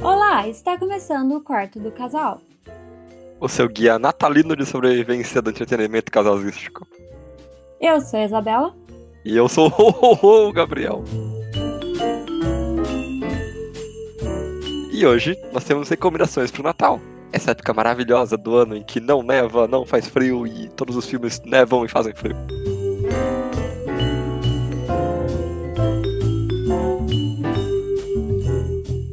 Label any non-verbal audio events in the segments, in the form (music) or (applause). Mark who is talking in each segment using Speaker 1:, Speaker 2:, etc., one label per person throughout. Speaker 1: Olá, está começando o quarto do casal.
Speaker 2: O seu guia natalino de sobrevivência do entretenimento casalístico.
Speaker 1: Eu sou a Isabela.
Speaker 2: E eu sou o Gabriel. E hoje nós temos recomendações pro Natal. Essa época maravilhosa do ano em que não neva, não faz frio e todos os filmes nevam e fazem frio.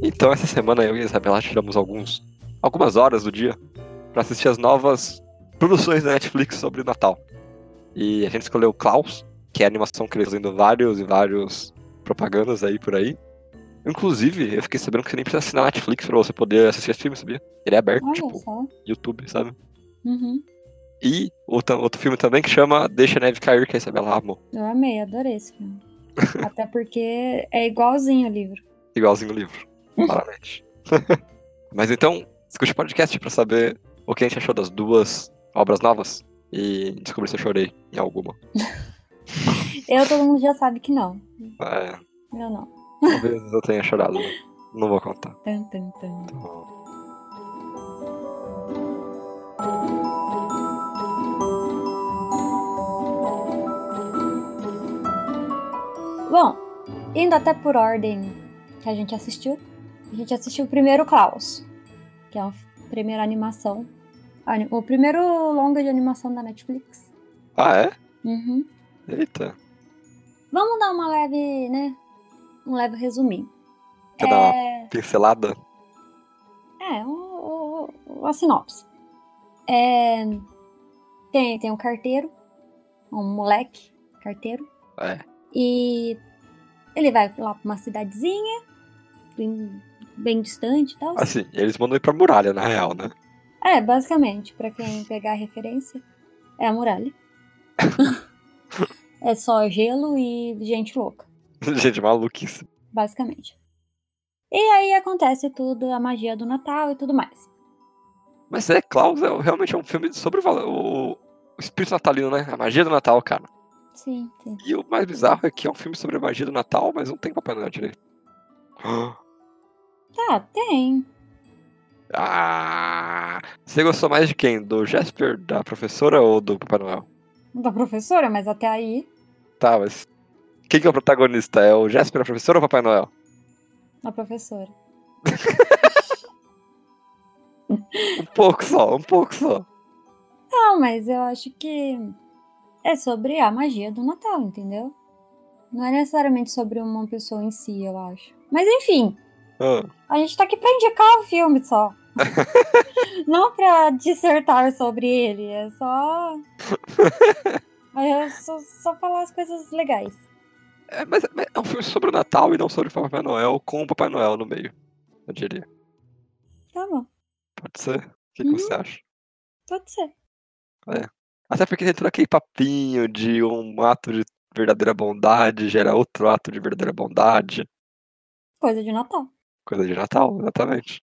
Speaker 2: Então essa semana eu e a Isabela tiramos alguns, algumas horas do dia para assistir as novas produções da Netflix sobre Natal. E a gente escolheu Klaus, que é a animação que eles fazendo vários e vários propagandas aí por aí. Inclusive, eu fiquei sabendo que você nem precisa assinar Netflix pra você poder assistir esse filme, sabia? Ele é aberto,
Speaker 1: Olha
Speaker 2: tipo,
Speaker 1: só.
Speaker 2: YouTube, sabe?
Speaker 1: Uhum.
Speaker 2: E outro, outro filme também que chama Deixa a Neve Cair, que a Isabela amou.
Speaker 1: Eu amei, adorei esse (laughs) filme. Até porque é igualzinho o livro.
Speaker 2: Igualzinho o livro, claramente. (laughs) Mas então, escute o podcast pra saber o que a gente achou das duas obras novas e descobrir se eu chorei em alguma.
Speaker 1: Eu, todo mundo já sabe que não.
Speaker 2: É,
Speaker 1: Eu não.
Speaker 2: talvez eu tenha chorado, né? não vou contar. Então,
Speaker 1: Tan, tan, tan. Bom, indo até por ordem que a gente assistiu, a gente assistiu primeiro Klaus, que é a primeira animação, ani- o primeiro longa de animação da Netflix.
Speaker 2: Ah, é?
Speaker 1: Uhum.
Speaker 2: Eita.
Speaker 1: Vamos dar uma leve, né? Um leve resuminho.
Speaker 2: Quer dar uma
Speaker 1: É,
Speaker 2: pincelada?
Speaker 1: é um- um- uma sinopse. É, tem, tem um carteiro, um moleque carteiro,
Speaker 2: É.
Speaker 1: e ele vai lá pra uma cidadezinha, bem, bem distante e tal.
Speaker 2: Assim, eles mandam ir pra muralha, na real, né? (laughs)
Speaker 1: É, basicamente, pra quem pegar a referência, é a muralha. é só gelo e gente louca.
Speaker 2: Gente, maluquice.
Speaker 1: basicamente. E aí acontece tudo, a magia do Natal e tudo mais.
Speaker 2: Mas é, Klaus é, realmente é um filme sobre o, valo- o- o espírito natalino, né? A magia do Natal, cara.
Speaker 1: Sim, sim.
Speaker 2: E o mais bizarro é que é um filme sobre a magia do Natal, mas não tem Papai Noel (gasps) direito.
Speaker 1: Tá, tem.
Speaker 2: Ah! Você gostou mais de quem? Do Jasper, da professora ou do Papai Noel?
Speaker 1: Da professora, mas até aí
Speaker 2: Tá, mas. Quem que é o protagonista? É o Jasper, a professora ou o Papai Noel?
Speaker 1: a professora.
Speaker 2: Um pouco só, um pouco só.
Speaker 1: Não, mas eu acho que é sobre a magia do Natal, entendeu? Não é necessariamente sobre uma pessoa em si, eu acho. Mas enfim,
Speaker 2: Ah,
Speaker 1: a gente tá aqui pra indicar o filme só. Não pra dissertar sobre ele, é só. É só, só falar as coisas legais.
Speaker 2: É, mas, mas é um filme sobre o Natal e não sobre o Papai Noel, com o Papai Noel no meio, eu diria.
Speaker 1: Tá bom,
Speaker 2: Pode ser? O que, que
Speaker 1: Uhum.
Speaker 2: você acha?
Speaker 1: pode ser.
Speaker 2: Até porque tem todo aquele papinho de um ato de verdadeira bondade gera outro ato de verdadeira bondade.
Speaker 1: Coisa de Natal.
Speaker 2: Coisa de Natal, exatamente.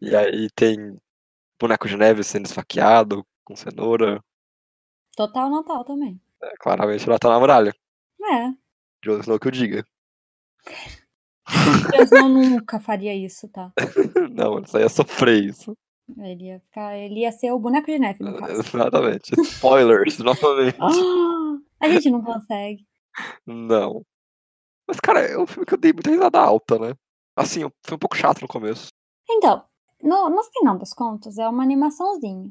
Speaker 2: E aí tem boneco de neve sendo esfaqueado com cenoura.
Speaker 1: Total Natal também.
Speaker 2: É, claramente ela tá na muralha.
Speaker 1: É.
Speaker 2: Jon Snow que eu diga. (laughs)
Speaker 1: Deus não nunca faria isso, tá?
Speaker 2: Não, ele só ia é sofrer isso.
Speaker 1: Ele ia ficar. Ele ia ser o boneco de neve, no caso.
Speaker 2: Exatamente. Spoilers, (laughs) novamente.
Speaker 1: Ah, A gente não consegue.
Speaker 2: Não. Mas, cara, é um filme que eu dei muita risada alta, né? Assim, eu- foi um pouco chato no começo.
Speaker 1: Então, no, no final das contas, é uma animaçãozinha.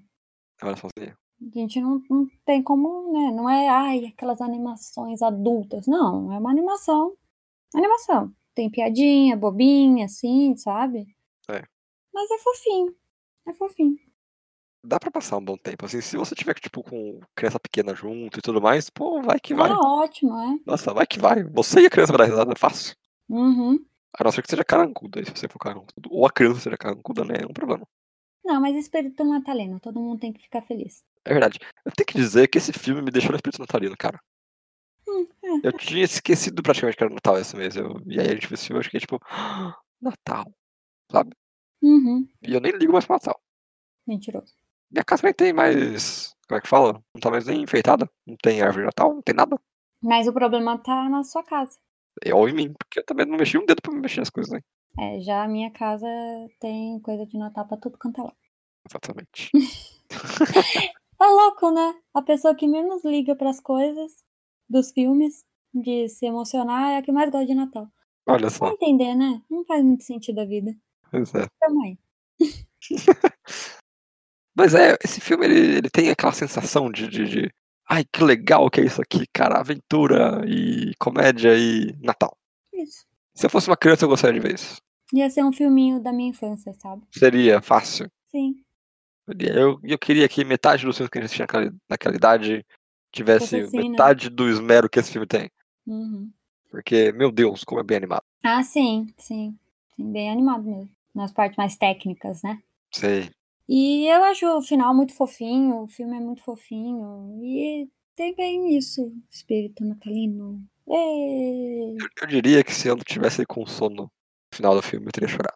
Speaker 2: Agora sozinha.
Speaker 1: A gente não, não tem como, né? Não é, ai, aquelas animações adultas. Não, é uma animação. Animação. Tem piadinha, bobinha, assim, sabe?
Speaker 2: É.
Speaker 1: Mas é fofinho. É fofinho.
Speaker 2: Dá pra passar um bom tempo, assim, se você tiver, tipo, com criança pequena junto e tudo mais, pô, vai que vai.
Speaker 1: Ah, ótimo, é.
Speaker 2: Nossa, vai que vai. Você e a criança vai dar risada, é fácil.
Speaker 1: Uhum.
Speaker 2: A não ser que seja carancuda, aí se você for carancudo. Ou a criança seja carancuda, né? É um problema.
Speaker 1: Não, mas espírito natalino, todo mundo tem que ficar feliz.
Speaker 2: É verdade. Eu tenho que dizer que esse filme me deixou no espírito natalino, cara.
Speaker 1: Hum,
Speaker 2: Eu tinha esquecido praticamente que era Natal esse mês. Eu... E aí a gente fez esse filme, eu fiquei tipo, "Ah, Natal.
Speaker 1: Uhum.
Speaker 2: E eu nem ligo mais pro Natal.
Speaker 1: Mentiroso.
Speaker 2: Minha casa nem tem mais. Como é que fala? Não tá mais nem enfeitada. Não tem árvore de Natal, não tem nada. É
Speaker 1: Mas o problema tá na sua casa.
Speaker 2: E ou em mim, porque eu também não mexi um dedo pra me mexer as coisas, né?
Speaker 1: É, já a minha casa tem coisa de Natal pra tudo quanto é lá.
Speaker 2: Exatamente.
Speaker 1: Tá louco, né? A pessoa que menos liga pras coisas dos filmes, de se emocionar, é a que mais gosta de Natal. Vai
Speaker 2: Olha só.
Speaker 1: entender, né? Não faz muito sentido a vida.
Speaker 2: Pois é.
Speaker 1: Também.
Speaker 2: Mas é, esse filme ele, ele tem aquela sensação de, de, de, Ai, que legal que é isso aqui, cara. Aventura e comédia e Natal.
Speaker 1: Isso.
Speaker 2: Se eu fosse uma criança, eu gostaria de ver isso.
Speaker 1: Ia ser um filminho da minha infância, sabe?
Speaker 2: Seria fácil.
Speaker 1: Sim.
Speaker 2: Eu, eu queria que metade dos filmes que a gente tinha naquela, naquela idade
Speaker 1: Fosse
Speaker 2: tivesse
Speaker 1: assim, né?
Speaker 2: metade do esmero que esse filme tem.
Speaker 1: Uhum.
Speaker 2: Porque, meu Deus, como é bem animado.
Speaker 1: Ah, sim, sim. Sim, Bem animado mesmo. Nas partes mais técnicas, né?
Speaker 2: Sei.
Speaker 1: E eu acho o final muito fofinho, o filme é muito fofinho. E tem bem isso, espírito natalino. Ê!
Speaker 2: Eu, eu diria que se eu não tivesse com sono no final do filme, eu teria chorado.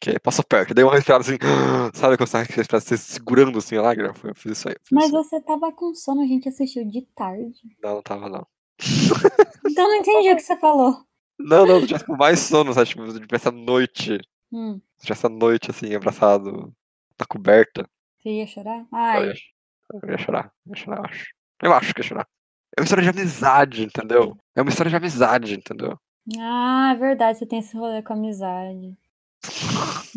Speaker 2: Que passou perto. Dei uma respirada assim, (gasps) sabe quando você tá respirando, você segurando assim a lágrima? Foi- Eu fiz isso aí. eu fiz
Speaker 1: Mas
Speaker 2: isso aí.
Speaker 1: você tava com sono, a gente assistiu de tarde.
Speaker 2: Não, não tava não.
Speaker 1: Então eu não entendi o que você falou.
Speaker 2: Não, não, eu tivesse com mais sono, sabe? Tipo, eu tivesse a noite.
Speaker 1: Hum,
Speaker 2: Se tivesse a noite assim, abraçado na coberta,
Speaker 1: você ia chorar?
Speaker 2: eu
Speaker 1: Ai,
Speaker 2: ia, eu ia chorar. Eu ia chorar, eu acho. Eu acho que ia chorar. É uma história de amizade, entendeu? É uma história de amizade, entendeu?
Speaker 1: ah, é verdade, você tem esse rolê com a amizade.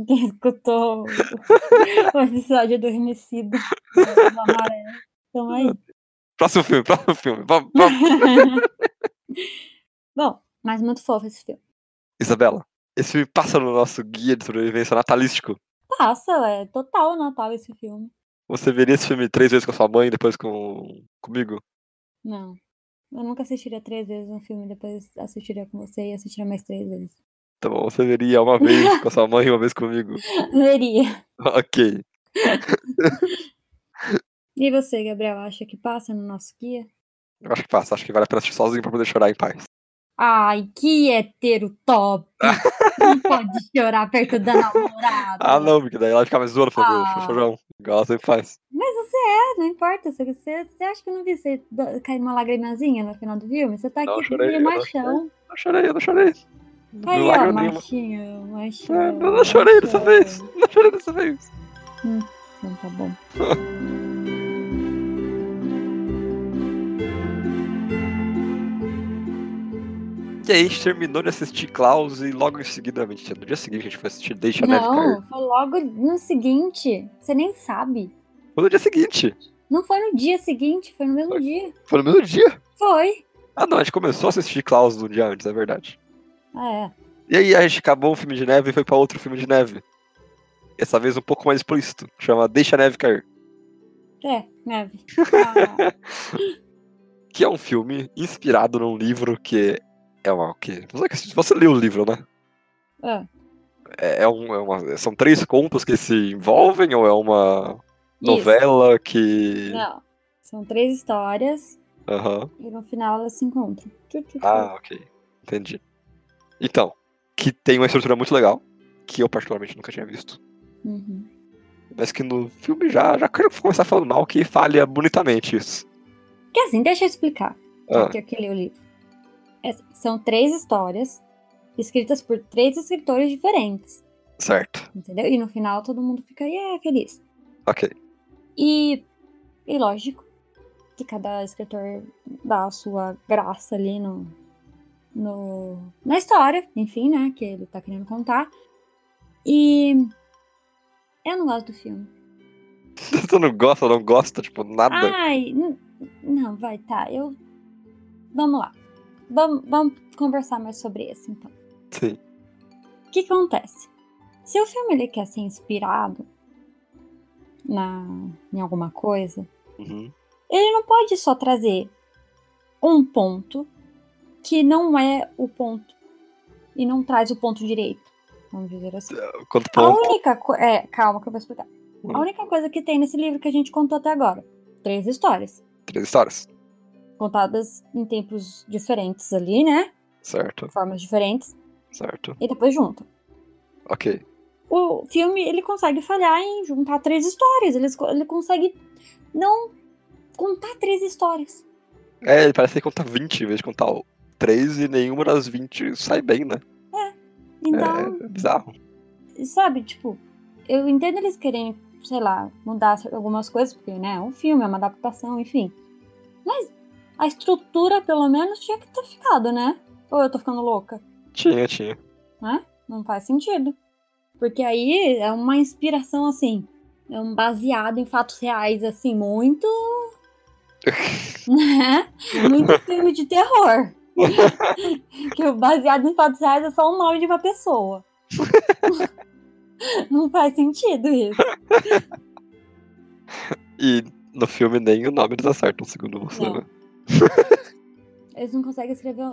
Speaker 1: Quem escutou o episódio do Remicida do Amarelo. Então aí.
Speaker 2: Próximo filme, (laughs) próximo filme. Vamos, vamos.
Speaker 1: Bom, mas muito fofo esse filme.
Speaker 2: Isabela, esse filme passa no nosso guia de sobrevivência natalístico.
Speaker 1: Passa, é total Natal esse filme.
Speaker 2: Você veria esse filme três vezes com a sua mãe, depois com comigo?
Speaker 1: Não. Eu nunca assistiria três vezes um filme, depois assistiria com você e assistiria mais três vezes. (laughs)
Speaker 2: Tá bom, você veria uma vez com a sua mãe e uma vez comigo.
Speaker 1: Veria.
Speaker 2: Ok.
Speaker 1: E você, Gabriel, acha que passa no nosso guia?
Speaker 2: Eu acho que passa, acho que vale a pena assistir sozinho pra poder chorar em paz.
Speaker 1: Ai, que hétero
Speaker 2: (laughs)
Speaker 1: top! Não pode chorar perto da namorada.
Speaker 2: Ah, não, porque daí ela fica mais zoando, falando,
Speaker 1: Ah.
Speaker 2: ah. chorão, igual ela sempre faz.
Speaker 1: Mas você é, não importa. Você, você, você acha que eu não vi você da- cair uma lagrimazinha no final do filme? Você tá
Speaker 2: Não,
Speaker 1: aqui
Speaker 2: chorei,
Speaker 1: de
Speaker 2: eu não
Speaker 1: machão.
Speaker 2: Eu não chorei, eu não chorei. Não
Speaker 1: Aí,
Speaker 2: vi
Speaker 1: ó,
Speaker 2: lágrima nenhuma.
Speaker 1: machinho, machinho.
Speaker 2: Eu não chorei dessa vez,
Speaker 1: machinho.
Speaker 2: não chorei dessa vez.
Speaker 1: Então tá bom.
Speaker 2: E aí, a gente terminou de assistir Klaus e logo em seguida, mentira, no dia seguinte a gente foi assistir Deixa a Neve Cair.
Speaker 1: Não, foi logo no seguinte. Você nem sabe.
Speaker 2: Foi no dia seguinte,
Speaker 1: Não foi no dia seguinte, foi no mesmo dia.
Speaker 2: foi no mesmo dia.
Speaker 1: Foi.
Speaker 2: Ah, não, a gente começou a assistir Klaus no dia antes, é verdade.
Speaker 1: Ah, é.
Speaker 2: E aí a gente acabou um filme de neve e foi pra outro filme de neve. Dessa vez um pouco mais explícito. Chama Deixa a Neve Cair.
Speaker 1: É,
Speaker 2: (laughs)
Speaker 1: neve. Ah,
Speaker 2: Que é um filme inspirado num livro que é uma. Que, você, você leu o livro, né?
Speaker 1: ah,
Speaker 2: É, é um- é uma- são três contos que se envolvem ou é uma
Speaker 1: isso.
Speaker 2: novela que.
Speaker 1: Não. São três histórias
Speaker 2: Aham.
Speaker 1: e no final elas se encontram. Tchu, tchu, tchu.
Speaker 2: Ah, ok. Entendi. Então, que tem uma estrutura muito legal, que eu particularmente nunca tinha visto.
Speaker 1: Uhum.
Speaker 2: Mas que no filme já, já quero começar falando mal que falha bonitamente isso.
Speaker 1: Que assim, deixa eu explicar.
Speaker 2: Ah,
Speaker 1: que, que eu li o livro. É, são três histórias escritas por três escritores diferentes,
Speaker 2: certo.
Speaker 1: entendeu? E no final todo mundo fica yeah, feliz.
Speaker 2: Ok. (laughs)
Speaker 1: E, e lógico que cada escritor dá a sua graça ali no, no, na história, enfim, né? Que ele tá querendo contar. E eu não gosto do filme.
Speaker 2: Você não gosta, não gosta, tipo, nada.
Speaker 1: Ai, n- não, vai, tá. Eu. Vamos lá. Vamos, vamos conversar mais sobre esse então.
Speaker 2: Sim.
Speaker 1: O que acontece? Se o filme ele quer ser inspirado na, em alguma coisa,
Speaker 2: Uhum.
Speaker 1: ele não pode só trazer um ponto que não é o ponto e não traz o ponto direito. Vamos dizer assim.
Speaker 2: Quanto
Speaker 1: A
Speaker 2: ponto?
Speaker 1: única coisa. É, calma que eu vou explicar. A
Speaker 2: Hum.
Speaker 1: única coisa que tem nesse livro que a gente contou até agora: três histórias.
Speaker 2: Três histórias.
Speaker 1: Contadas em tempos diferentes ali, né?
Speaker 2: Certo,
Speaker 1: Formas diferentes.
Speaker 2: certo.
Speaker 1: E depois junta.
Speaker 2: Ok.
Speaker 1: o filme ele consegue falhar em juntar três histórias. Ele, esco- ele consegue não contar três histórias.
Speaker 2: É, ele parece que conta 20 em vez de contar o- três e nenhuma das 20 sai bem, né?
Speaker 1: Então,
Speaker 2: É bizarro.
Speaker 1: sabe, tipo, eu entendo eles quererem, sei lá, mudar algumas coisas, porque, né, é um filme, é uma adaptação, enfim. Mas a estrutura, pelo menos, tinha que ter ficado, né? Ou eu tô ficando louca?
Speaker 2: Tinha, tinha.
Speaker 1: Não faz sentido. Porque aí é uma inspiração, assim, é um baseado em fatos reais, assim, muito. né? Muito filme de terror. que o baseado em fatos reais é só o nome de uma pessoa. Não faz sentido isso.
Speaker 2: E no filme nem o nome eles acertam, segundo você,
Speaker 1: Não.
Speaker 2: né?
Speaker 1: Eles não conseguem escrever.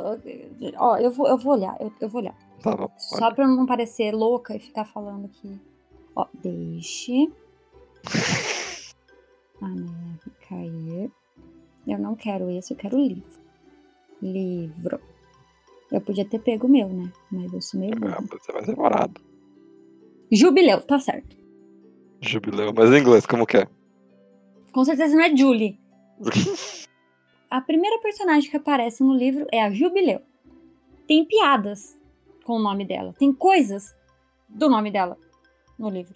Speaker 1: Ó, eu vou, eu vou olhar, eu, eu vou olhar.
Speaker 2: Tá bom.
Speaker 1: Só pra eu não parecer louca e ficar falando que. Ó, deixe. Ah, A neve cair. Eu não quero esse, eu quero livro. Livro. Eu podia ter pego o meu, né? Mas eu sou meio boa.
Speaker 2: Ah, mas é mais demorado.
Speaker 1: Jubileu, tá certo.
Speaker 2: Jubileu. Mas em inglês, como que é?
Speaker 1: Com certeza não é Julie. A primeira personagem que aparece no livro é a Jubileu. Tem piadas com o nome dela. Tem coisas do nome dela no livro.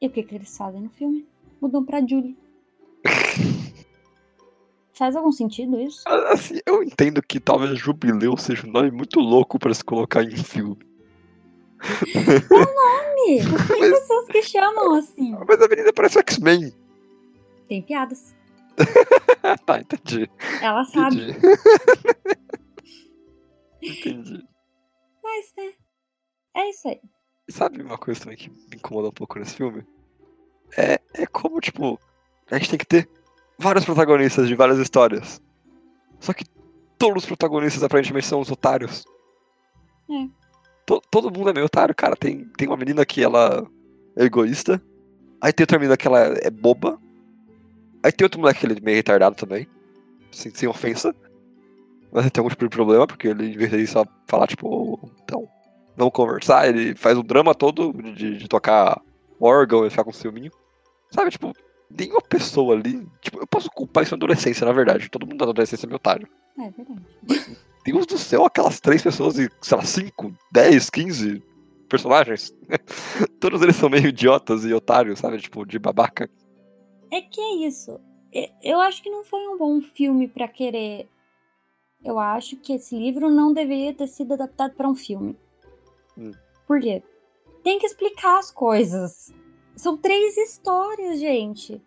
Speaker 1: E o que, que eles fazem no filme? Mudam pra Julie. Faz algum sentido isso?
Speaker 2: Ah, Assim, eu entendo que talvez Jubileu seja um nome muito louco pra se colocar em filme.
Speaker 1: Ih, Tem pessoas que chamam assim.
Speaker 2: Ah, Mas a menina parece o X-Men.
Speaker 1: Tem piadas.
Speaker 2: Ah, tá, entendi.
Speaker 1: Ela sabe.
Speaker 2: Entendi. (laughs) entendi.
Speaker 1: Mas, né? É isso aí.
Speaker 2: Sabe uma coisa também que me incomoda um pouco nesse filme? É, é como, tipo, a gente tem que ter vários protagonistas de várias histórias. Só que todos os protagonistas aparentemente são os otários.
Speaker 1: É.
Speaker 2: To- todo mundo é meio otário, cara. Tem, tem uma menina que ela é egoísta. Aí tem outra menina que ela é boba. Aí tem outro moleque que ele é meio retardado também. Sem, sem ofensa. Mas ele tem algum tipo de problema, porque ele, em vez de só falar, tipo, "Ô, então, não conversar, ele faz um drama todo de- de, de tocar órgão e ficar com ciúminho. Sabe, tipo, nenhuma pessoa ali. Tipo, eu posso culpar isso na adolescência, na verdade. Todo mundo da adolescência é meu otário.
Speaker 1: É verdade.
Speaker 2: Deus do céu, aquelas três pessoas e, sei lá, cinco, dez, quinze personagens. (laughs) Todos eles são meio idiotas e otários, sabe? Tipo, de babaca.
Speaker 1: É que é isso. E- Eu acho que não foi um bom filme pra querer. Eu acho que esse livro não deveria ter sido adaptado pra um filme.
Speaker 2: Hum.
Speaker 1: Por quê? Tem que explicar as coisas. São três histórias, gente.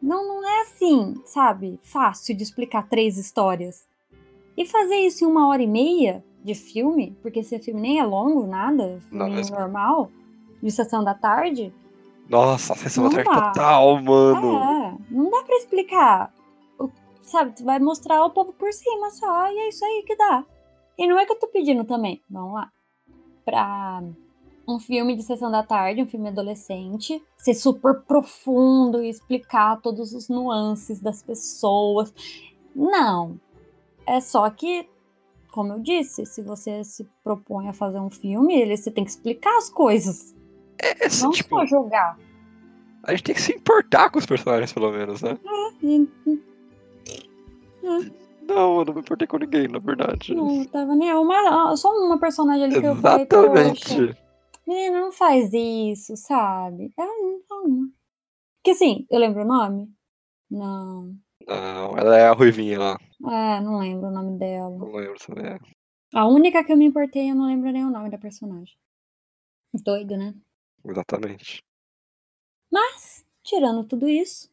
Speaker 1: Não, não é assim, sabe? Fácil de explicar três histórias. E fazer isso em uma hora e meia de filme, porque esse filme nem é longo, nada,
Speaker 2: Não,
Speaker 1: filme
Speaker 2: mas-
Speaker 1: normal, de sessão da tarde.
Speaker 2: Nossa, sessão da
Speaker 1: Não
Speaker 2: tarde
Speaker 1: dá.
Speaker 2: total, mano.
Speaker 1: É, não dá pra explicar. O- sabe, tu vai mostrar o povo por cima só, e é isso aí que dá. E não é que eu tô pedindo também, vamos lá. Pra um filme de sessão da tarde, um filme adolescente, ser super profundo e explicar todos os nuances das pessoas. Não. É só que, como eu disse, se você se propõe a fazer um filme, ele, você tem que explicar as coisas.
Speaker 2: É, é, assim,
Speaker 1: Não
Speaker 2: tipo,
Speaker 1: só jogar.
Speaker 2: a gente tem que se importar com os personagens, pelo menos, né?
Speaker 1: E
Speaker 2: Não, eu não me importei com ninguém, na verdade.
Speaker 1: Não, tava nem uma, só uma personagem ali que eu falei, poxa,
Speaker 2: Exatamente.
Speaker 1: menina, não faz isso, sabe? É um- é uma. Que assim, eu lembro o nome? Não.
Speaker 2: Não, ela é a Ruivinha lá.
Speaker 1: É, não lembro o nome dela.
Speaker 2: Não lembro se ela é.
Speaker 1: A única que eu me importei, eu não lembro nem o nome da personagem. Doido, né?
Speaker 2: Exatamente.
Speaker 1: Mas, tirando tudo isso,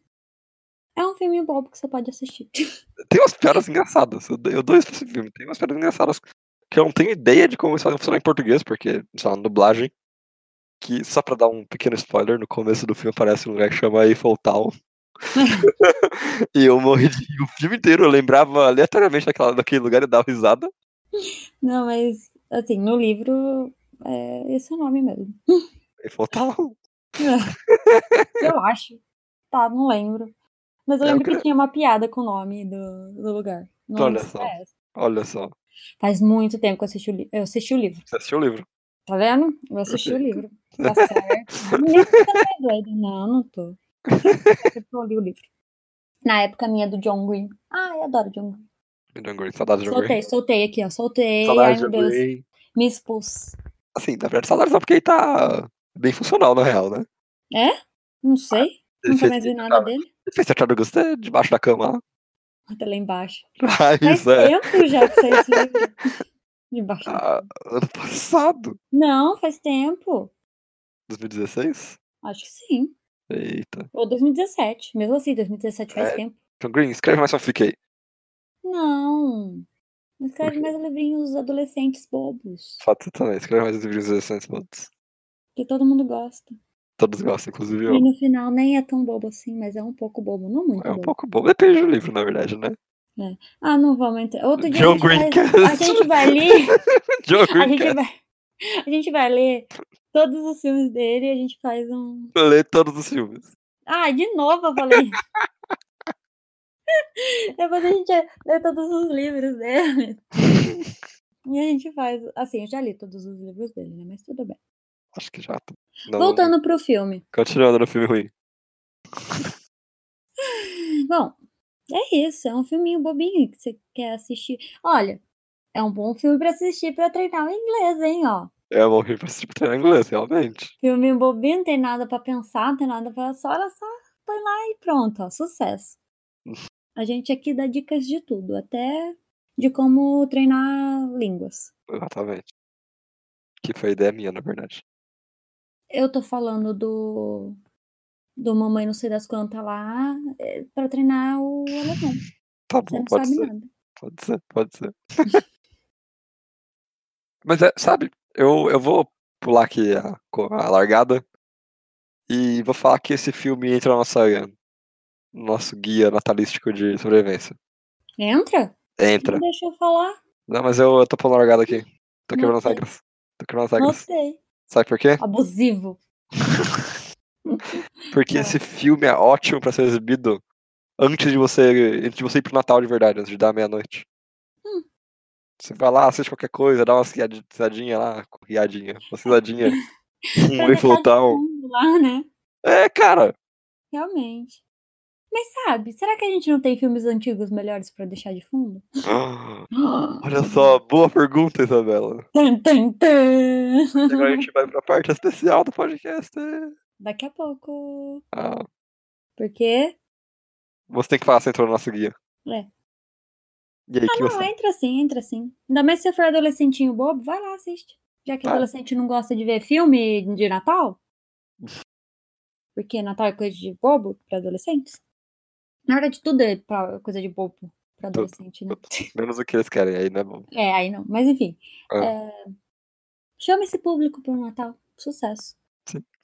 Speaker 1: é um filme bobo que você pode assistir. (laughs)
Speaker 2: Tem umas piadas engraçadas. Eu dou- eu dou isso pra esse filme. Tem umas piadas engraçadas que eu não tenho ideia de como isso vai funcionar em português, porque, sei lá, dublagem. Que, só pra dar um pequeno spoiler, no começo do filme aparece um lugar que chama Eiffel Town. (laughs) e eu morri de... O filme inteiro eu lembrava aleatoriamente daquela, daquele lugar e dava risada.
Speaker 1: Não, mas, assim, no livro, é, esse é o nome mesmo.
Speaker 2: Eiffel Town.
Speaker 1: Eu acho. Tá, não lembro. Mas eu
Speaker 2: É, eu
Speaker 1: lembro que
Speaker 2: creio.
Speaker 1: tinha uma piada com o nome do, do lugar. Não
Speaker 2: Olha
Speaker 1: lembro se
Speaker 2: só.
Speaker 1: é essa.
Speaker 2: Olha só.
Speaker 1: Faz muito tempo que eu assisti o, li- eu assisti o livro.
Speaker 2: Você assistiu o livro?
Speaker 1: Tá vendo? Eu assisti o
Speaker 2: Perfeito.
Speaker 1: livro. Tá
Speaker 2: (laughs)
Speaker 1: certo. Menino, você tá meio doido. Não, não tô. Eu li o livro. Na época minha do John Green. Ah, eu adoro John Green.
Speaker 2: John Gray, saudades do John Gray.
Speaker 1: Soltei, soltei aqui, ó. Soltei. Ai,
Speaker 2: Saudades do
Speaker 1: meu
Speaker 2: John
Speaker 1: Deus.
Speaker 2: Gray.
Speaker 1: Me expus.
Speaker 2: Assim, na verdade, saudades não, porque ele tá bem funcional, na real, né?
Speaker 1: Não sei.
Speaker 2: Ele
Speaker 1: Nunca
Speaker 2: fez,
Speaker 1: mais vi nada
Speaker 2: tava-
Speaker 1: dele.
Speaker 2: ele fez Tartarugas até debaixo da cama (laughs) lá.
Speaker 1: Até lá embaixo.
Speaker 2: Ah,
Speaker 1: Faz
Speaker 2: isso é.
Speaker 1: tempo já que saiu esse livro.
Speaker 2: (laughs)
Speaker 1: Debaixo. da-
Speaker 2: Ah, ano passado,
Speaker 1: Não, faz tempo.
Speaker 2: 2016?
Speaker 1: Acho que sim.
Speaker 2: Eita.
Speaker 1: Ou 2017. Mesmo assim, 2017 faz
Speaker 2: É.
Speaker 1: tempo.
Speaker 2: John Green, escreve mais fanfic aí.
Speaker 1: Não. Não Escreve mais livrinhos adolescentes bobos.
Speaker 2: Fato também, escreve mais livros interessantes, todos.
Speaker 1: Que todo mundo gosta.
Speaker 2: Todos gostam, inclusive
Speaker 1: E
Speaker 2: eu.
Speaker 1: no final nem é tão bobo assim, mas é um pouco bobo. Não muito
Speaker 2: É um
Speaker 1: bobo.
Speaker 2: pouco bom. Depende do livro, na
Speaker 1: (laughs)
Speaker 2: verdade, né?
Speaker 1: Ah, não vamos entrar. Outro dia a
Speaker 2: John
Speaker 1: gente vai- a
Speaker 2: Greencast.
Speaker 1: gente vai ler.
Speaker 2: John
Speaker 1: A gente
Speaker 2: (laughs) Greencast.
Speaker 1: vai, a gente vai ler todos os filmes dele e a gente faz um.
Speaker 2: Lê todos os filmes.
Speaker 1: Ah, de novo eu falei. Depois a gente é, lê todos os livros dele. E a gente faz. Assim, eu já li todos os livros dele, né? Mas tudo bem.
Speaker 2: Acho que já. tô- Não,
Speaker 1: Voltando pro filme.
Speaker 2: Continuando no filme ruim.
Speaker 1: Bom, é isso. É um filminho bobinho que você quer assistir. Olha, é um bom filme pra assistir pra treinar o inglês, hein, ó.
Speaker 2: É bom filme pra assistir pra treinar inglês, realmente.
Speaker 1: Filme bobinho, não tem nada pra pensar, não tem nada pra só, olha só, põe lá e pronto, ó, sucesso. A gente aqui dá dicas de tudo, até de como treinar línguas.
Speaker 2: Exatamente. Que foi ideia minha, na verdade.
Speaker 1: Eu tô falando do do mamãe não sei das quantas lá, é, pra treinar o alemão.
Speaker 2: Tá
Speaker 1: Você
Speaker 2: bom,
Speaker 1: não
Speaker 2: pode
Speaker 1: sabe
Speaker 2: ser.
Speaker 1: nada.
Speaker 2: Pode ser, pode ser. (laughs) Mas é, sabe, eu, eu vou pular aqui a, co- a largada e vou falar que esse filme entra na nossa, no nosso guia natalístico de sobrevivência.
Speaker 1: Entra?
Speaker 2: Entra.
Speaker 1: Não deixa eu falar.
Speaker 2: Não, mas eu, eu tô pulando a largada aqui. Tô quebrando as
Speaker 1: Notei.
Speaker 2: regras. Tô quebrando as regras.
Speaker 1: Gostei.
Speaker 2: Sabe por quê?
Speaker 1: Abusivo.
Speaker 2: Porque
Speaker 1: Ah.
Speaker 2: esse filme é ótimo pra ser exibido antes de você, antes de você ir pro Natal de verdade, antes de dar meia-noite.
Speaker 1: Hum.
Speaker 2: Você vai lá, assiste qualquer coisa, dá uma riadi- risadinha lá, riadinha, uma risadinha.
Speaker 1: (laughs) Pra
Speaker 2: um
Speaker 1: metade do
Speaker 2: infotal.
Speaker 1: mundo lá, né?
Speaker 2: É, cara, (gasps)
Speaker 1: Realmente. Mas sabe, será que a gente não tem filmes antigos melhores pra deixar de fundo?
Speaker 2: (gasps) olha só, boa pergunta, Isabela.
Speaker 1: Tan, tan, tan.
Speaker 2: E Agora a gente vai pra parte especial do podcast.
Speaker 1: Daqui a pouco.
Speaker 2: Ah,
Speaker 1: Porque.
Speaker 2: você tem que falar, você entrou no nosso guia.
Speaker 1: É.
Speaker 2: E aí,
Speaker 1: Ah,
Speaker 2: que
Speaker 1: não,
Speaker 2: você...
Speaker 1: entra sim, entra sim. Ainda mais se você for adolescentinho bobo, vai lá, assiste. Já que
Speaker 2: Vai.
Speaker 1: adolescente não gosta de ver filme de Natal. Porque Natal é coisa de bobo pra adolescentes. Na verdade, tudo é pra- coisa de bobo pra
Speaker 2: Tudo,
Speaker 1: adolescente, né?
Speaker 2: Menos o que eles querem aí, né? bom?
Speaker 1: É, aí não. Mas enfim.
Speaker 2: Ah.
Speaker 1: É, Chama esse público pro Natal. Sucesso.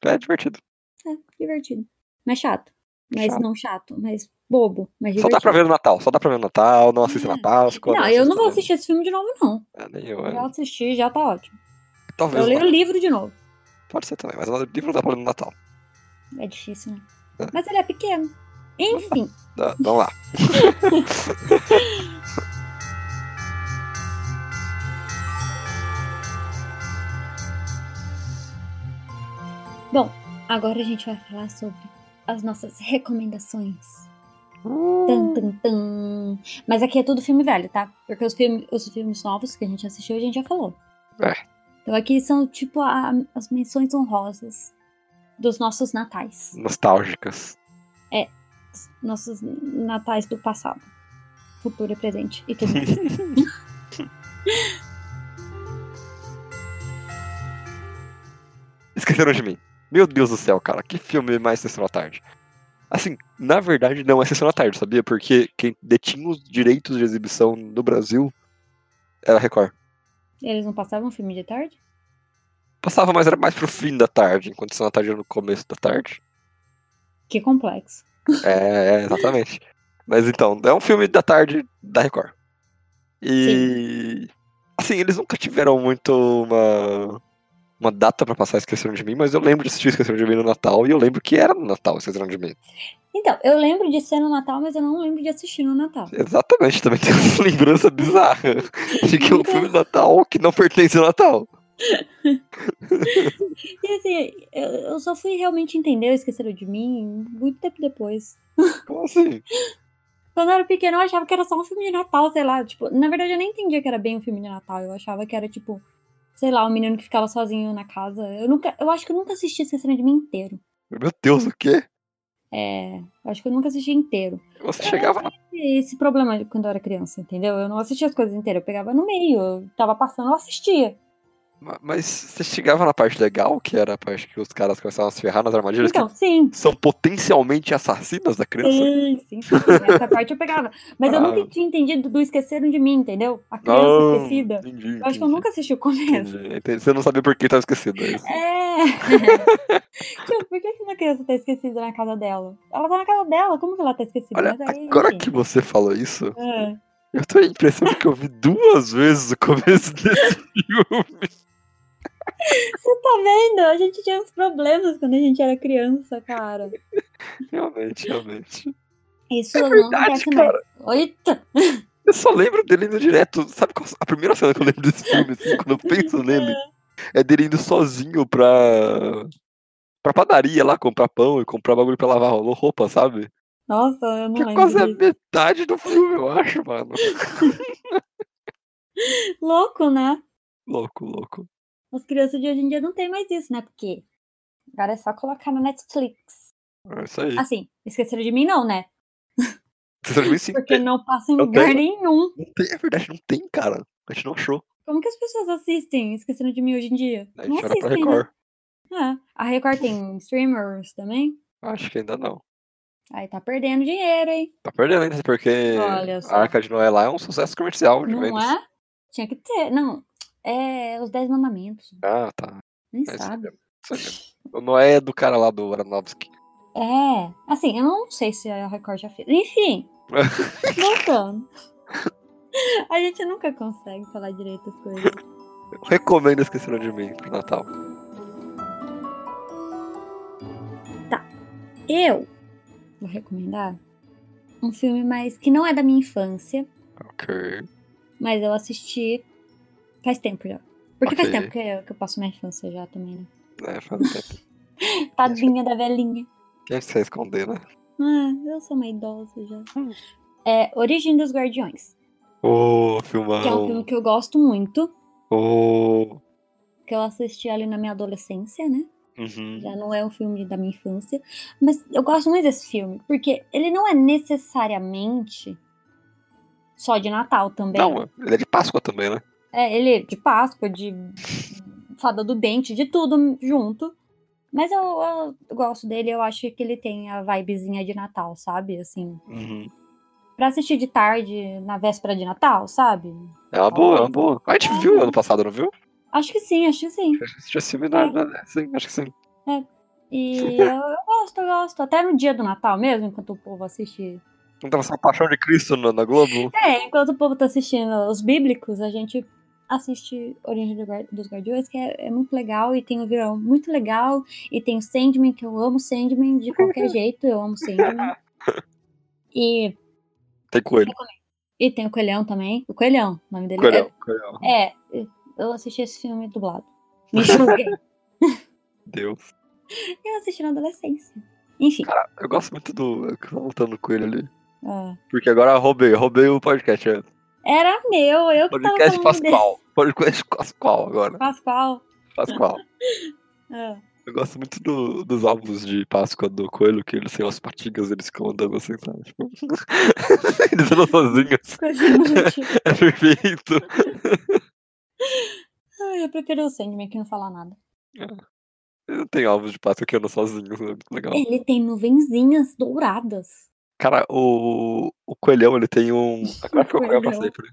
Speaker 2: É divertido.
Speaker 1: É, divertido. Mas chato. Mas
Speaker 2: Chato.
Speaker 1: não chato, mas bobo. Mas
Speaker 2: Só
Speaker 1: divertido.
Speaker 2: dá pra ver no Natal, só dá pra ver no Natal, não assista
Speaker 1: É.
Speaker 2: na Páscoa.
Speaker 1: Não, eu não vou assistir
Speaker 2: assista
Speaker 1: esse filme de novo, não.
Speaker 2: na- É, nem eu, é.
Speaker 1: Já assisti, já tá ótimo.
Speaker 2: Talvez
Speaker 1: Eu leio
Speaker 2: não.
Speaker 1: o livro de novo.
Speaker 2: Pode ser também, mas o livro dá pra ler no Natal.
Speaker 1: É difícil, né?
Speaker 2: É.
Speaker 1: Mas ele é pequeno. Enfim.
Speaker 2: Tá, Vamos lá.
Speaker 1: Agora a gente vai falar sobre as nossas recomendações. (laughs) Tan, tan, tan. Mas aqui é tudo filme velho, tá? Porque os, filme, os filmes novos que a gente assistiu, a gente já falou.
Speaker 2: É.
Speaker 1: Então aqui são, tipo, a- as menções honrosas dos nossos natais.
Speaker 2: Nostálgicas.
Speaker 1: nossos natais do passado, futuro e presente e tudo
Speaker 2: (laughs)
Speaker 1: mais.
Speaker 2: Esqueceram de mim. Meu Deus do céu, cara, que filme mais Sessão da Tarde. Assim, na verdade não é Sessão da Tarde, sabia? Porque quem detinha os direitos de exibição no Brasil era a Record.
Speaker 1: Eles não passavam filme de tarde?
Speaker 2: Passava, mas era mais pro fim da tarde, enquanto Sessão da Tarde era no começo da tarde.
Speaker 1: Que complexo.
Speaker 2: É, é, exatamente. Mas então, é um filme da tarde da Record. E. Assim, eles nunca tiveram muito uma. Uma data pra passar Esqueceram de Mim, mas eu lembro de assistir Esqueceram de Mim no Natal e eu lembro que era no Natal Esqueceram de Mim.
Speaker 1: Então, eu lembro de ser no Natal, mas eu não lembro de assistir no Natal.
Speaker 2: Exatamente, também tem (laughs) essa lembrança bizarra de que é um
Speaker 1: Então-
Speaker 2: filme de Natal que não pertence ao Natal.
Speaker 1: E assim, eu, eu só fui realmente entender, o esqueceram de mim, muito tempo depois.
Speaker 2: Como assim?
Speaker 1: Quando eu era pequena, eu achava que era só um filme de Natal, sei lá. Tipo, na verdade, eu nem entendia que era bem um filme de Natal. Eu achava que era, tipo, sei lá, um menino que ficava sozinho na casa. Eu nunca, eu acho que eu nunca assisti Esquecendo de Mim inteiro.
Speaker 2: Meu Deus, o quê?
Speaker 1: É, eu acho que eu nunca assisti inteiro.
Speaker 2: Você
Speaker 1: Eu
Speaker 2: chegava na.
Speaker 1: E esse problema de quando eu era criança, entendeu? Eu não assistia as coisas inteiras, eu pegava no meio, eu tava passando, eu assistia.
Speaker 2: ma- Mas você chegava na parte legal, que era a parte que os caras começavam a se ferrar nas armadilhas
Speaker 1: Então, sim,
Speaker 2: que são potencialmente assassinas da criança.
Speaker 1: Sim, sim, sim, sim, Essa parte eu pegava. Mas eu
Speaker 2: Ah.
Speaker 1: nunca tinha entendido do Esqueceram de Mim, entendeu? A criança
Speaker 2: Não,
Speaker 1: esquecida.
Speaker 2: entendi,
Speaker 1: Eu acho que eu
Speaker 2: entendi,
Speaker 1: nunca assisti o começo.
Speaker 2: entendi. Entendi. Você não sabia por que tava esquecido. é isso. (laughs)
Speaker 1: É. tipo, por que que uma criança tá esquecida na casa dela? Ela tá na casa dela, como que ela tá esquecida?
Speaker 2: Olha,
Speaker 1: Mas aí,
Speaker 2: agora
Speaker 1: enfim.
Speaker 2: que você falou isso,
Speaker 1: É.
Speaker 2: eu tô impressionado que eu vi duas vezes o começo desse (laughs) filme.
Speaker 1: Você tá vendo? A gente tinha uns problemas quando a gente era criança, cara.
Speaker 2: Realmente, realmente.
Speaker 1: Isso não
Speaker 2: É verdade,
Speaker 1: acontece
Speaker 2: cara.
Speaker 1: mais. Eita!
Speaker 2: Eu só lembro dele indo direto. Sabe qual a primeira cena que eu lembro desse filme, assim, quando
Speaker 1: (laughs)
Speaker 2: eu penso nele? É dele indo sozinho pra. pra padaria lá, comprar pão e comprar bagulho pra lavar ro- roupa, sabe?
Speaker 1: Nossa, eu não
Speaker 2: Que é
Speaker 1: lembro.
Speaker 2: quase a
Speaker 1: disso.
Speaker 2: metade do filme, eu acho, mano.
Speaker 1: Louco, né?
Speaker 2: Louco, louco.
Speaker 1: As crianças de hoje em dia não tem mais isso, né? Porque agora é só colocar na Netflix.
Speaker 2: É isso aí.
Speaker 1: Assim, esqueceram de mim, não, né?
Speaker 2: Você tá viu sim? é.
Speaker 1: Porque não passa em
Speaker 2: Eu
Speaker 1: lugar
Speaker 2: tenho.
Speaker 1: nenhum.
Speaker 2: Não tem, é verdade, não tem, cara. A gente não achou.
Speaker 1: Como que as pessoas assistem Esqueceram de mim hoje em dia?
Speaker 2: A
Speaker 1: não
Speaker 2: gente era pra
Speaker 1: assistem, né?
Speaker 2: Record.
Speaker 1: É. A Record tem streamers também.
Speaker 2: Acho que ainda não.
Speaker 1: Aí tá perdendo dinheiro, hein?
Speaker 2: Tá perdendo ainda, porque
Speaker 1: Olha só.
Speaker 2: a Arca de Noé lá é um sucesso comercial de
Speaker 1: não
Speaker 2: vendas.
Speaker 1: é? Tinha que ter. Não. É os Dez Mandamentos.
Speaker 2: Ah, tá.
Speaker 1: Nem
Speaker 2: É isso aí
Speaker 1: sabe.
Speaker 2: mesmo, isso aí mesmo. O Noé é do cara lá do Aronofsky.
Speaker 1: É, assim, eu não sei se a Record já fez.
Speaker 2: (laughs)
Speaker 1: Enfim, voltando. A gente nunca consegue falar direito as coisas.
Speaker 2: Eu recomendo Esqueceram de Mim pro Natal.
Speaker 1: Eu vou recomendar um filme mais que não é da minha infância,
Speaker 2: Ok.
Speaker 1: mas eu assisti faz tempo já. Porque faz
Speaker 2: Ok.
Speaker 1: tempo que eu, que eu passo minha infância já também, né?
Speaker 2: É, faz um tempo.
Speaker 1: Tadinha da velhinha.
Speaker 2: Quem se esconder, né?
Speaker 1: Ah, eu sou uma idosa já.
Speaker 2: Hum.
Speaker 1: É Origem dos Guardiões,
Speaker 2: Ô,
Speaker 1: que é um filme
Speaker 2: filmão.
Speaker 1: que eu gosto muito,
Speaker 2: Ô.
Speaker 1: que eu assisti ali na minha adolescência, né?
Speaker 2: Uhum.
Speaker 1: já não é um filme da minha infância, mas eu gosto muito desse filme, porque ele não é necessariamente só de Natal também. né?
Speaker 2: Não, ele é de Páscoa também, né?
Speaker 1: É, ele é de Páscoa, de Fada do Dente, de tudo junto. Mas eu, eu gosto dele, eu acho que ele tem a vibezinha de Natal, sabe? Assim,
Speaker 2: Uhum.
Speaker 1: pra assistir de tarde, na véspera de Natal, sabe?
Speaker 2: É uma boa, é uma boa. A gente viu ano passado, não viu?
Speaker 1: Acho que sim, acho que sim.
Speaker 2: Assistiu esse filme, né?
Speaker 1: É.
Speaker 2: né? Sim, acho que sim.
Speaker 1: E eu, eu gosto, eu gosto. Até no dia do Natal mesmo, enquanto o povo assiste
Speaker 2: Não tava só Paixão de Cristo na, na Globo?
Speaker 1: É, enquanto o povo tá assistindo os bíblicos, a gente assiste Origem do Guar- dos Guardiões, que é, é muito legal, e tem o vilão muito legal, e tem o Sandman, que eu amo Sandman de qualquer
Speaker 2: (laughs)
Speaker 1: jeito, eu amo Sandman. E,
Speaker 2: Tem coelho.
Speaker 1: e tem o Coelhão também, o Coelhão, o nome dele.
Speaker 2: Coelhão, coelhão.
Speaker 1: É, é, eu assisti esse filme dublado. Me julguem.
Speaker 2: Deus.
Speaker 1: (laughs) eu assisti na adolescência. Enfim,
Speaker 2: Eu gosto muito do. Eu tava lutando com ele ali.
Speaker 1: ah,
Speaker 2: Porque agora eu roubei, roubei o podcast. é.
Speaker 1: era meu, eu que tava falando desse.
Speaker 2: Podcast Pascoal. Podcast Pascoal agora.
Speaker 1: Pascoal.
Speaker 2: Pascoal.
Speaker 1: Ah,
Speaker 2: Eu gosto muito do- dos álbuns de Páscoa do Coelho, que eles têm umas patinhas, eles ficam andando assim, sabe? Tipo, (laughs) eles andam sozinhos.
Speaker 1: coisa inútil. (laughs)
Speaker 2: É perfeito.
Speaker 1: Ai, eu prefiro o Sandman que não falar nada.
Speaker 2: Eu tenho álbuns de Páscoa que andam sozinhos, é muito legal.
Speaker 1: Ele tem nuvenzinhas
Speaker 2: (laughs)
Speaker 1: douradas.
Speaker 2: Cara, o, o Coelhão, ele tem um. Agora que o Coelhão pra
Speaker 1: Coelhão.
Speaker 2: sempre.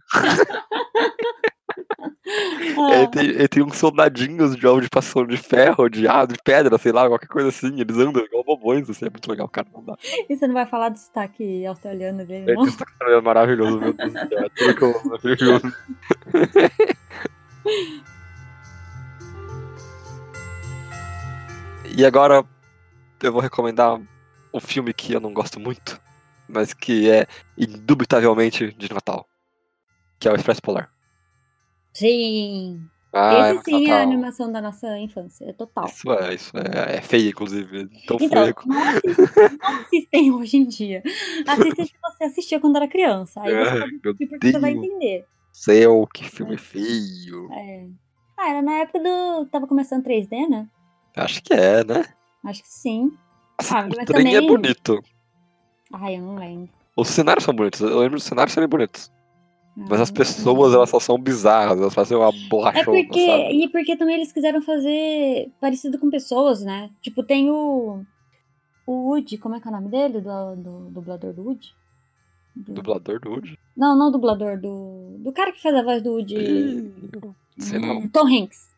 Speaker 2: Ele
Speaker 1: Ah,
Speaker 2: tem, ele tem uns soldadinhos de alvo de passão de ferro, de aço, de pedra, sei lá, qualquer coisa assim. Eles andam igual bobões, assim, é muito legal, cara. Não dá.
Speaker 1: e você não vai falar do sotaque australiano dele,
Speaker 2: Ele
Speaker 1: não?
Speaker 2: tem um sotaque maravilhoso, meu Deus do céu. É tudo que eu amo, é maravilhoso. (laughs) E agora eu vou recomendar um filme que eu não gosto muito, mas que é indubitavelmente de Natal. Que é o Expresso Polar.
Speaker 1: Sim.
Speaker 2: Ah,
Speaker 1: Esse sim é a
Speaker 2: Natal.
Speaker 1: animação da nossa infância, é total.
Speaker 2: Isso é, isso é, é feio, inclusive. Tão
Speaker 1: Então,
Speaker 2: feio.
Speaker 1: não assistem, não assistem (laughs) hoje em dia. Assistem o que você assistia quando era criança. Aí você
Speaker 2: é. Ai, meu
Speaker 1: assiste porque você vai
Speaker 2: Deus do
Speaker 1: entender.
Speaker 2: céu, que filme feio.
Speaker 1: É. Ah, era na época do. Tava começando 3D, né?
Speaker 2: Acho que é, né?
Speaker 1: Acho que sim.
Speaker 2: Assim,
Speaker 1: Ah,
Speaker 2: o
Speaker 1: mas
Speaker 2: trem é
Speaker 1: também-
Speaker 2: bonito.
Speaker 1: Ai, eu não lembro.
Speaker 2: Os cenários são bonitos. Eu lembro dos cenários serem bonitos. Mas
Speaker 1: Ah,
Speaker 2: as
Speaker 1: não
Speaker 2: pessoas,
Speaker 1: lembro.
Speaker 2: elas só são bizarras. Elas parecem uma borracha.
Speaker 1: É porque,
Speaker 2: sabe?
Speaker 1: e porque também eles quiseram fazer parecido com pessoas, né? Tipo, tem o. O Woody, como é que é o nome dele? Do, do dublador do Woody? Do-
Speaker 2: Dublador do Woody.
Speaker 1: Não, não dublador, do. Do cara que faz a voz do Woody.
Speaker 2: (clears throat) Sei
Speaker 1: Hum,
Speaker 2: não.
Speaker 1: Tom Hanks.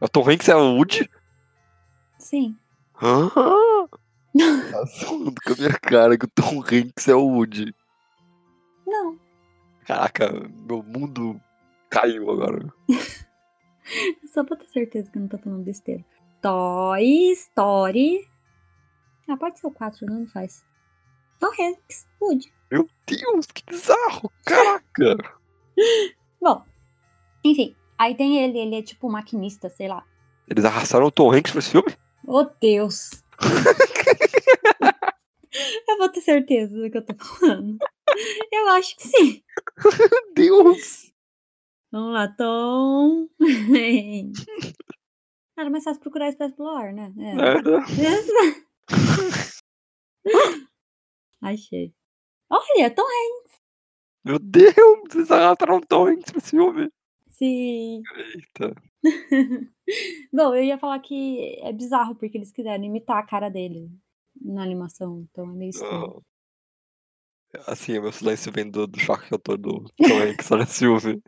Speaker 2: O Tom Hanks é o Woody?
Speaker 1: Sim. (laughs)
Speaker 2: Hã? Tá zoando com a minha cara que o Tom Hanks é o Woody.
Speaker 1: Não.
Speaker 2: Caraca, meu mundo caiu agora.
Speaker 1: Só pra ter certeza que eu não tô falando besteira. Toy Story. Ah, pode ser o 4, não faz. Tom Hanks, Woody.
Speaker 2: Meu Deus, que bizarro. Caraca.
Speaker 1: Bom, enfim, aí tem ele, ele é tipo maquinista, sei lá.
Speaker 2: Eles arrastaram o Tom Hanks pra esse filme?
Speaker 1: Oh, Deus! (laughs) eu vou ter certeza do que eu tô falando. Eu acho que sim.
Speaker 2: Meu Deus.
Speaker 1: Vamos lá, Tom. (laughs) Era mais fácil procurar espécie pelo ar, né? É.
Speaker 2: É, né?
Speaker 1: (laughs) Achei. Olha, Tom Hanks.
Speaker 2: Meu Deus, eles arrastaram o Tom Hanks pra esse filme.
Speaker 1: Sim.
Speaker 2: Eita.
Speaker 1: Bom, eu ia falar que é bizarro porque eles quiseram imitar a cara dele na animação, então é meio estranho.
Speaker 2: Não. Assim, o meu silêncio vem do, do choque que eu tô do Tom Hanks olha Silvio.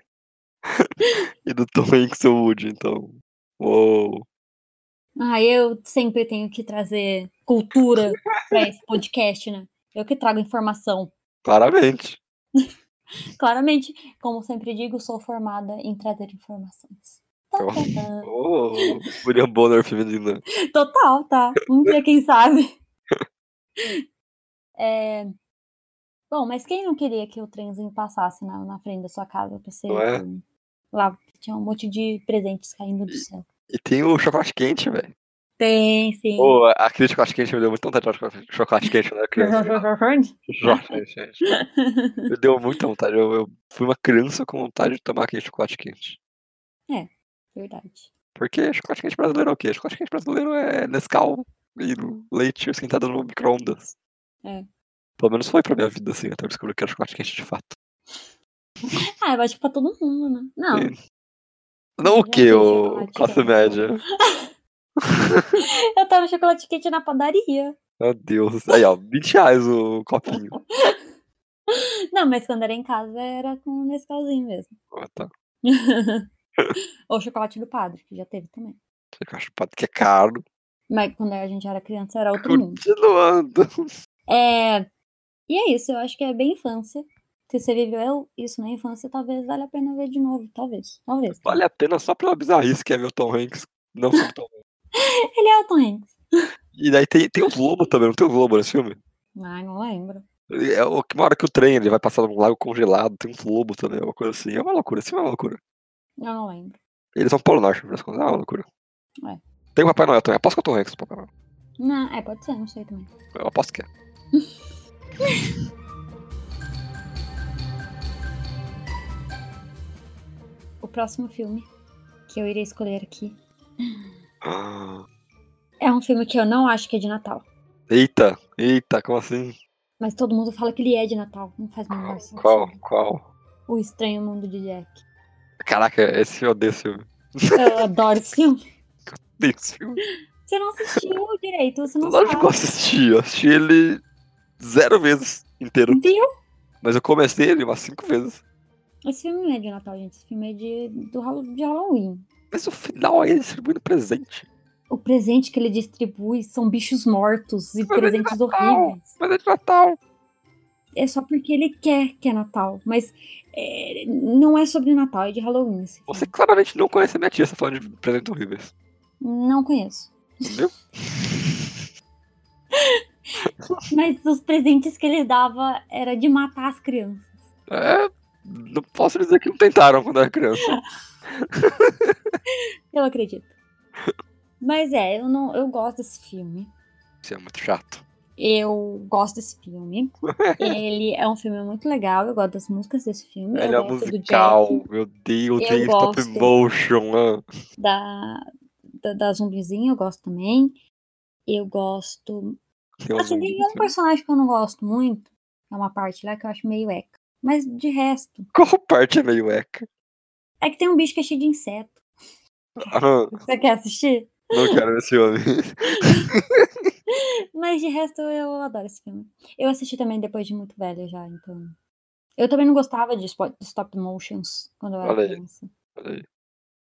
Speaker 2: (laughs) e do Tom Hanks o Woody, então. Uou.
Speaker 1: Ah, eu sempre tenho que trazer
Speaker 2: (laughs)
Speaker 1: cultura pra esse podcast, né? Eu que trago informação.
Speaker 2: Claramente.
Speaker 1: Claramente, como sempre digo, sou formada em trazer informações. Tá, tá, tá.
Speaker 2: Uou. William Bonner feminina.
Speaker 1: Total, tá. Um dia, quem
Speaker 2: (laughs)
Speaker 1: sabe. É, Bom, mas quem não queria que o trenzinho passasse na, na frente da sua casa pra ser
Speaker 2: Não é?
Speaker 1: hum, lá tinha um monte de presentes caindo do céu?
Speaker 2: E tem o chocolate quente, velho.
Speaker 1: Tem, sim. (laughs)
Speaker 2: Pô, a- aquele chocolate quente me deu muito vontade de chocolate- chocolate quente quando eu era
Speaker 1: (laughs)
Speaker 2: criança. (laughs) Chocolate quente. Me deu muita vontade. Eu, eu fui uma criança com vontade de tomar aquele chocolate quente.
Speaker 1: Verdade.
Speaker 2: Porque chocolate quente brasileiro é o quê? Chocolate quente brasileiro é Nescau e leite esquentado no micro-ondas.
Speaker 1: É.
Speaker 2: Pelo menos foi pra minha vida, assim, até eu descobrir que era chocolate quente de fato.
Speaker 1: Ah, eu acho que pra todo mundo, né? Não,
Speaker 2: Sim. Não
Speaker 1: Eu
Speaker 2: o
Speaker 1: já
Speaker 2: que,
Speaker 1: fiz
Speaker 2: ô
Speaker 1: chocolate
Speaker 2: classe
Speaker 1: quente.
Speaker 2: média.
Speaker 1: Eu tava chocolate quente na padaria.
Speaker 2: Meu Deus. Aí, ó, 20 reais o
Speaker 1: (laughs)
Speaker 2: copinho.
Speaker 1: Não, mas quando era em casa era com Nescauzinho mesmo.
Speaker 2: Ah, tá.
Speaker 1: Ou chocolate do padre, que já teve também.
Speaker 2: Eu acho que é caro.
Speaker 1: Mas quando a gente era criança era outro mundo.
Speaker 2: Continuando.
Speaker 1: É... E é isso, eu acho que é bem infância. Se você viveu isso na infância, talvez valha a pena ver de novo. Talvez, talvez.
Speaker 2: Vale a pena só pela bizarrice que é ver o Tom Hanks. Não sou o Tom Hanks.
Speaker 1: Ele é o Tom Hanks.
Speaker 2: E daí tem, tem os lobos também, não tem os lobos nesse filme?
Speaker 1: Ai, não lembro.
Speaker 2: É o- uma hora que o trem ele vai passar num lago congelado, tem uns lobos também, uma coisa assim. É uma loucura, isso é uma loucura.
Speaker 1: Eu não lembro.
Speaker 2: Eles são Polo Norte, mas é uma loucura.
Speaker 1: É.
Speaker 2: Tem o Papai Noel também. Aposto que eu tô Rex, Papai Noel.
Speaker 1: Não, é, pode ser, não sei também.
Speaker 2: Eu aposto que é.
Speaker 1: O próximo filme que eu irei escolher aqui
Speaker 2: Ah,
Speaker 1: é um filme que eu não acho que é de Natal.
Speaker 2: Eita, eita, como assim?
Speaker 1: Mas todo mundo fala que ele é de Natal. Não faz o menor sentido.
Speaker 2: Qual, qual?
Speaker 1: O Estranho Mundo de Jack.
Speaker 2: Caraca, esse eu odeio esse filme. (laughs)
Speaker 1: Eu adoro esse filme.
Speaker 2: Odeio esse filme.
Speaker 1: Você não assistiu direito, você não
Speaker 2: Lógico que eu
Speaker 1: sabe.
Speaker 2: assisti, eu assisti ele zero vezes inteiro.
Speaker 1: Viu?
Speaker 2: Mas eu comecei ele umas cinco vezes.
Speaker 1: Esse filme não é de Natal, gente. Esse filme é de, do, Hall- de Halloween.
Speaker 2: Mas o final é ele distribuindo presente.
Speaker 1: O presente que ele distribui são bichos mortos e
Speaker 2: Mas é de
Speaker 1: presentes
Speaker 2: Natal.
Speaker 1: horríveis.
Speaker 2: Mas é de Natal.
Speaker 1: É só porque ele quer que é Natal. Mas é, não é sobre Natal, é de Halloween. esse filme.
Speaker 2: Você claramente não conhece a minha tia, você tá falando de presente horríveis.
Speaker 1: Não conheço.
Speaker 2: Entendeu?
Speaker 1: (laughs) Mas os presentes que ele dava era de matar as crianças.
Speaker 2: É, não posso dizer que não tentaram quando era criança.
Speaker 1: Eu acredito. Mas é, eu não, eu gosto desse filme.
Speaker 2: Isso é muito chato.
Speaker 1: Eu gosto desse
Speaker 2: (laughs)
Speaker 1: filme. Ele é um filme muito legal. Eu gosto das músicas desse filme. eu
Speaker 2: Ele é
Speaker 1: gosto do
Speaker 2: musical, meu Deus,
Speaker 1: Eu
Speaker 2: tem stop
Speaker 1: gosto.
Speaker 2: motion. ah.
Speaker 1: Jack, da, da, da zumbizinha, eu gosto também. Eu gosto.
Speaker 2: Que
Speaker 1: Assim,
Speaker 2: horror.
Speaker 1: tem um personagem que eu não gosto muito. É uma parte lá que eu acho meio eca. Mas de resto,
Speaker 2: Qual parte é meio eca?
Speaker 1: é que tem um bicho que é cheio de inseto.
Speaker 2: Ah,
Speaker 1: Você quer assistir?
Speaker 2: não quero esse homem. (laughs)
Speaker 1: Mas de resto, eu adoro esse filme. Eu assisti também depois de muito velha já, então. Eu também não gostava de spo- de stop motions quando eu era
Speaker 2: Olha aí,
Speaker 1: criança.
Speaker 2: olha aí.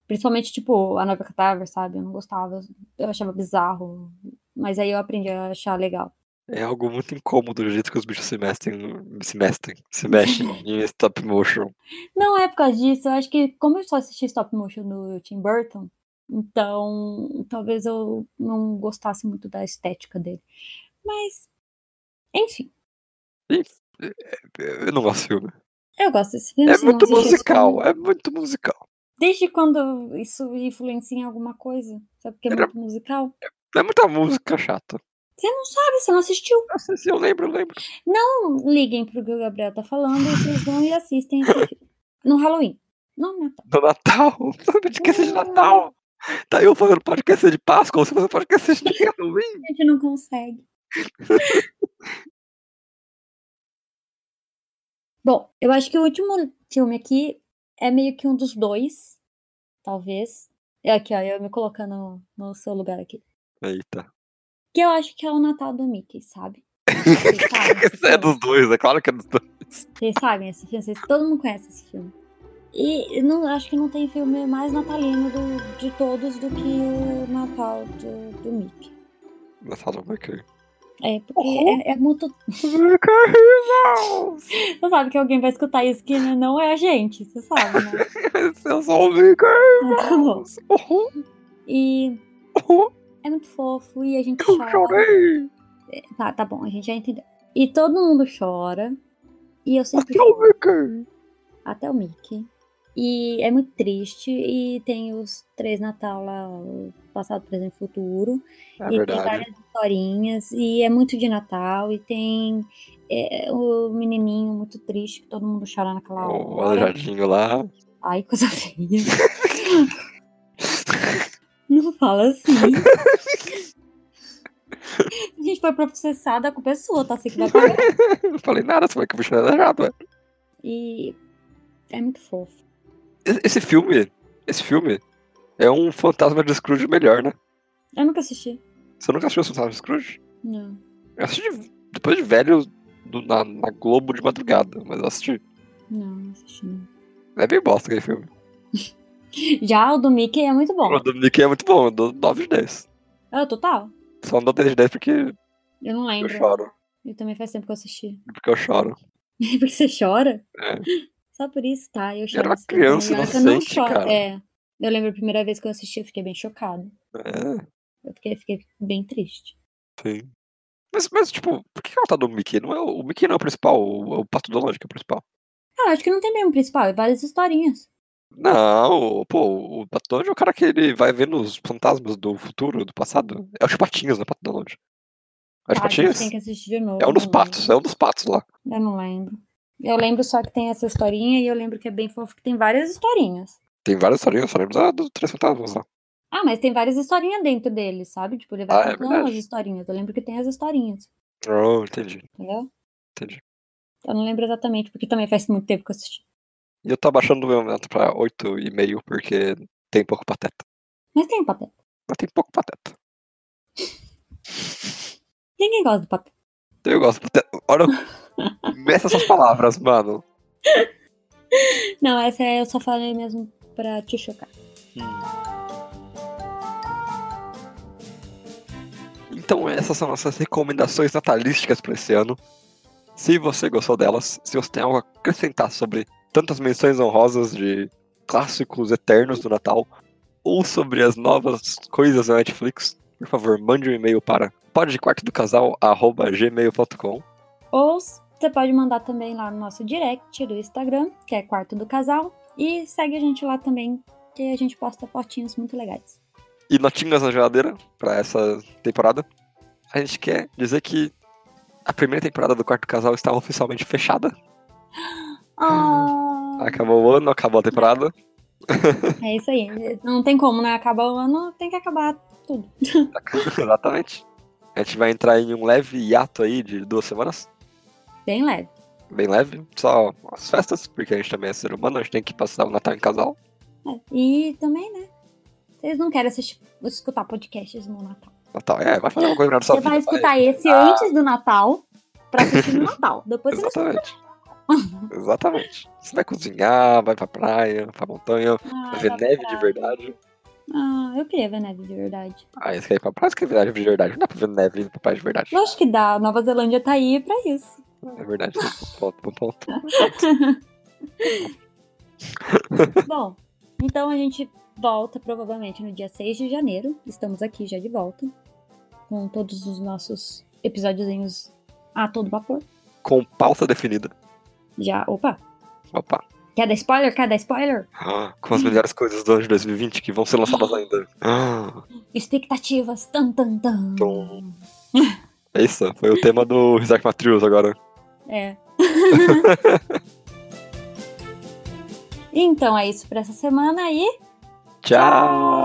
Speaker 1: Principalmente, tipo, a Nova Cadáver, sabe? Eu não gostava, eu achava bizarro. Mas aí eu aprendi a achar legal.
Speaker 2: É algo muito incômodo o jeito que os bichos se mestem, no- se mestem, se mexem em stop motion.
Speaker 1: Não é por causa disso, eu acho que como eu só assisti stop motion do Tim Burton, então talvez eu não gostasse muito da estética dele. Mas, enfim,
Speaker 2: Eu não gosto de filme.
Speaker 1: eu gosto desse filme.
Speaker 2: É
Speaker 1: se não
Speaker 2: muito
Speaker 1: assistir, eu
Speaker 2: musical,
Speaker 1: recomendo.
Speaker 2: é muito musical.
Speaker 1: Desde quando isso influencia em alguma coisa? Sabe porque é
Speaker 2: Era-
Speaker 1: muito musical?
Speaker 2: É muita música chata.
Speaker 1: Você não sabe, você não assistiu.
Speaker 2: Eu sei se eu lembro, eu lembro.
Speaker 1: Então, liguem pro que o Gabriel tá falando e vocês vão e assistem esse filme. No Halloween. Não, né? não.
Speaker 2: Do Natal, (laughs) sabe? Esqueci de Natal. Tá eu fazendo podcast de Páscoa, você fazendo podcast de Halloween.
Speaker 1: A gente não consegue. (laughs) Bom, eu acho que o último filme aqui é meio que um dos dois, talvez. É aqui, ó, eu me colocando no seu lugar aqui.
Speaker 2: Eita.
Speaker 1: Que eu acho que é o Natal do Mickey, sabe? Vocês
Speaker 2: (laughs)
Speaker 1: sabem esse
Speaker 2: É
Speaker 1: filme?
Speaker 2: dos dois, é claro que é dos dois.
Speaker 1: Vocês sabem esse filme, vocês, todo mundo conhece esse filme. E eu não, acho que não tem filme mais natalino do- de todos do que o Natal do, do Mickey.
Speaker 2: Natal do Mickey.
Speaker 1: É, porque
Speaker 2: Uhum.
Speaker 1: é, é muito.
Speaker 2: Mickey Mouse!
Speaker 1: Você sabe que alguém vai escutar isso que não é a gente, você sabe, né? (laughs)
Speaker 2: Esse é só o Mickey
Speaker 1: Então tá bom.
Speaker 2: Mouse. Uhum,
Speaker 1: E
Speaker 2: uhum,
Speaker 1: é muito fofo e a gente
Speaker 2: eu
Speaker 1: chora.
Speaker 2: chorei.
Speaker 1: Tá, tá bom, a gente já entendeu. E todo mundo chora. E eu sempre
Speaker 2: Até é o Mickey.
Speaker 1: até o Mickey. E é muito triste. E tem os três Natal lá, o passado, presente e futuro.
Speaker 2: É
Speaker 1: e tem
Speaker 2: verdade.
Speaker 1: várias historinhas. E é muito de Natal. E tem é, o menininho muito triste que todo mundo chora naquela
Speaker 2: O
Speaker 1: hora.
Speaker 2: Aleijadinho lá.
Speaker 1: Ai, coisa feia. (laughs) Não fala assim. A gente foi processada com pessoa, tá? Você que vai pagar.
Speaker 2: Não falei nada, você vai que o bicho era aleijado, ué.
Speaker 1: E é muito fofo.
Speaker 2: E- Esse filme, esse filme é um fantasma de Scrooge melhor, né?
Speaker 1: Eu nunca assisti.
Speaker 2: Você nunca assistiu o fantasma de Scrooge?
Speaker 1: Não.
Speaker 2: Eu assisti depois de velho do- na, na Globo de madrugada, mas eu assisti.
Speaker 1: Não, não assisti. não.
Speaker 2: É bem bosta aquele filme.
Speaker 1: Já o do Mickey é muito bom.
Speaker 2: O do Mickey é muito bom, eu dou 9 de 10.
Speaker 1: É o total?
Speaker 2: Só não dou 10 de 10 porque
Speaker 1: Eu não
Speaker 2: eu
Speaker 1: lembro.
Speaker 2: choro.
Speaker 1: Eu também faz tempo que eu assisti.
Speaker 2: Porque eu choro.
Speaker 1: Porque (laughs) você chora?
Speaker 2: É.
Speaker 1: Só por isso, tá? Eu choro.
Speaker 2: era uma
Speaker 1: nesse filme.
Speaker 2: criança
Speaker 1: E olha que eu não
Speaker 2: inocente,
Speaker 1: choro.
Speaker 2: cara.
Speaker 1: É. Eu lembro a primeira vez que eu assisti, eu fiquei bem chocada.
Speaker 2: É,
Speaker 1: Eu fiquei, fiquei bem triste.
Speaker 2: sim. Mas, mas tipo, por que ela tá do Mickey? Não é, o o Mickey não é o principal, o, o Pato Donald que é o principal.
Speaker 1: Ah, acho que não tem mesmo principal, é várias historinhas.
Speaker 2: Não, o- pô, o Pato Donald é o cara que ele vai vendo os fantasmas do futuro, do passado. É o Chupatinhas, né, Pato Donald?
Speaker 1: Ah, a
Speaker 2: É o
Speaker 1: gente
Speaker 2: Chupatinhas?
Speaker 1: tem que assistir de novo.
Speaker 2: É um dos
Speaker 1: não
Speaker 2: patos, é um dos patos lá.
Speaker 1: lembro. Eu não lembro. Eu lembro só que tem essa historinha e eu lembro que é bem fofo, que tem várias historinhas.
Speaker 2: Tem várias historinhas, só lembro da- dos Três Fantasmas lá.
Speaker 1: Ah, mas tem várias historinhas dentro dele, sabe? Tipo, ele vai
Speaker 2: Ah, é
Speaker 1: contando
Speaker 2: verdade.
Speaker 1: as historinhas. Eu lembro que tem as historinhas,
Speaker 2: Oh, entendi,
Speaker 1: entendeu?
Speaker 2: entendi.
Speaker 1: Eu não lembro exatamente, porque também faz muito tempo que eu assisti.
Speaker 2: E eu tô abaixando o meu neto pra 8,5 porque tem pouco pateta.
Speaker 1: Mas tem um o Pateta.
Speaker 2: Mas tem pouco pateta.
Speaker 1: Ninguém gosta do Pateta.
Speaker 2: Então Eu gosto de pateta. Olha, meça essas palavras, mano.
Speaker 1: Não, essa é- eu só falei mesmo pra te chocar.
Speaker 2: Então essas são nossas recomendações natalísticas para esse ano. Se você gostou delas, se você tem algo a acrescentar sobre tantas menções honrosas de clássicos eternos do Natal ou sobre as novas coisas da Netflix, por favor, mande um e-mail para podquartodocasal@gmail.com.
Speaker 1: Ou você pode mandar também lá no nosso direct do Instagram, que é Quarto do Casal. E segue a gente lá também porque a gente posta fotinhos muito legais.
Speaker 2: E notinhas na geladeira pra essa temporada. A gente quer dizer que a primeira temporada do Quarto Casal está oficialmente fechada.
Speaker 1: Ah,
Speaker 2: Acabou o ano, acabou a temporada.
Speaker 1: é isso aí. Não tem como, né? Acabar o ano, tem que acabar tudo.
Speaker 2: Exatamente. A gente vai entrar em um leve hiato aí de duas semanas.
Speaker 1: Bem leve.
Speaker 2: Bem leve. Só as festas, porque a gente também é ser humano, a gente tem que passar o Natal em casal.
Speaker 1: É, E também, né? Vocês não querem assistir, escutar podcasts no Natal.
Speaker 2: Natal, é, vai fazer uma coisa melhor da sua
Speaker 1: Você vai
Speaker 2: vida, vai.
Speaker 1: escutar esse
Speaker 2: Ah.
Speaker 1: antes do Natal pra assistir no Natal. Depois você não escuta.
Speaker 2: Exatamente. Exatamente. Você vai cozinhar, vai pra praia, pra montanha,
Speaker 1: Ah,
Speaker 2: vai ver
Speaker 1: vai
Speaker 2: neve
Speaker 1: pra-
Speaker 2: de verdade.
Speaker 1: Ah, eu queria ver neve de verdade.
Speaker 2: Ah, isso aí pra praia, isso que é verdade de verdade. Não dá pra ver neve indo pra praia de verdade.
Speaker 1: Lógico que dá. Nova Zelândia tá aí pra isso.
Speaker 2: É verdade. Ponto, ponto, ponto.
Speaker 1: Bom, então a gente volta provavelmente no dia 6 de janeiro. Estamos aqui já de volta. Com todos os nossos episódiozinhos a todo vapor.
Speaker 2: Com pauta definida.
Speaker 1: Já. Opa!
Speaker 2: Opa.
Speaker 1: Quer dar spoiler? Quer dar spoiler?
Speaker 2: Ah, Com as melhores coisas do ano de 2020 que vão ser lançadas ainda. Ah,
Speaker 1: Expectativas. Tan, tan, tan.
Speaker 2: Tum. É isso. Foi o tema do Isaac Matrius agora.
Speaker 1: É. então é isso pra essa semana e.
Speaker 2: Tchau!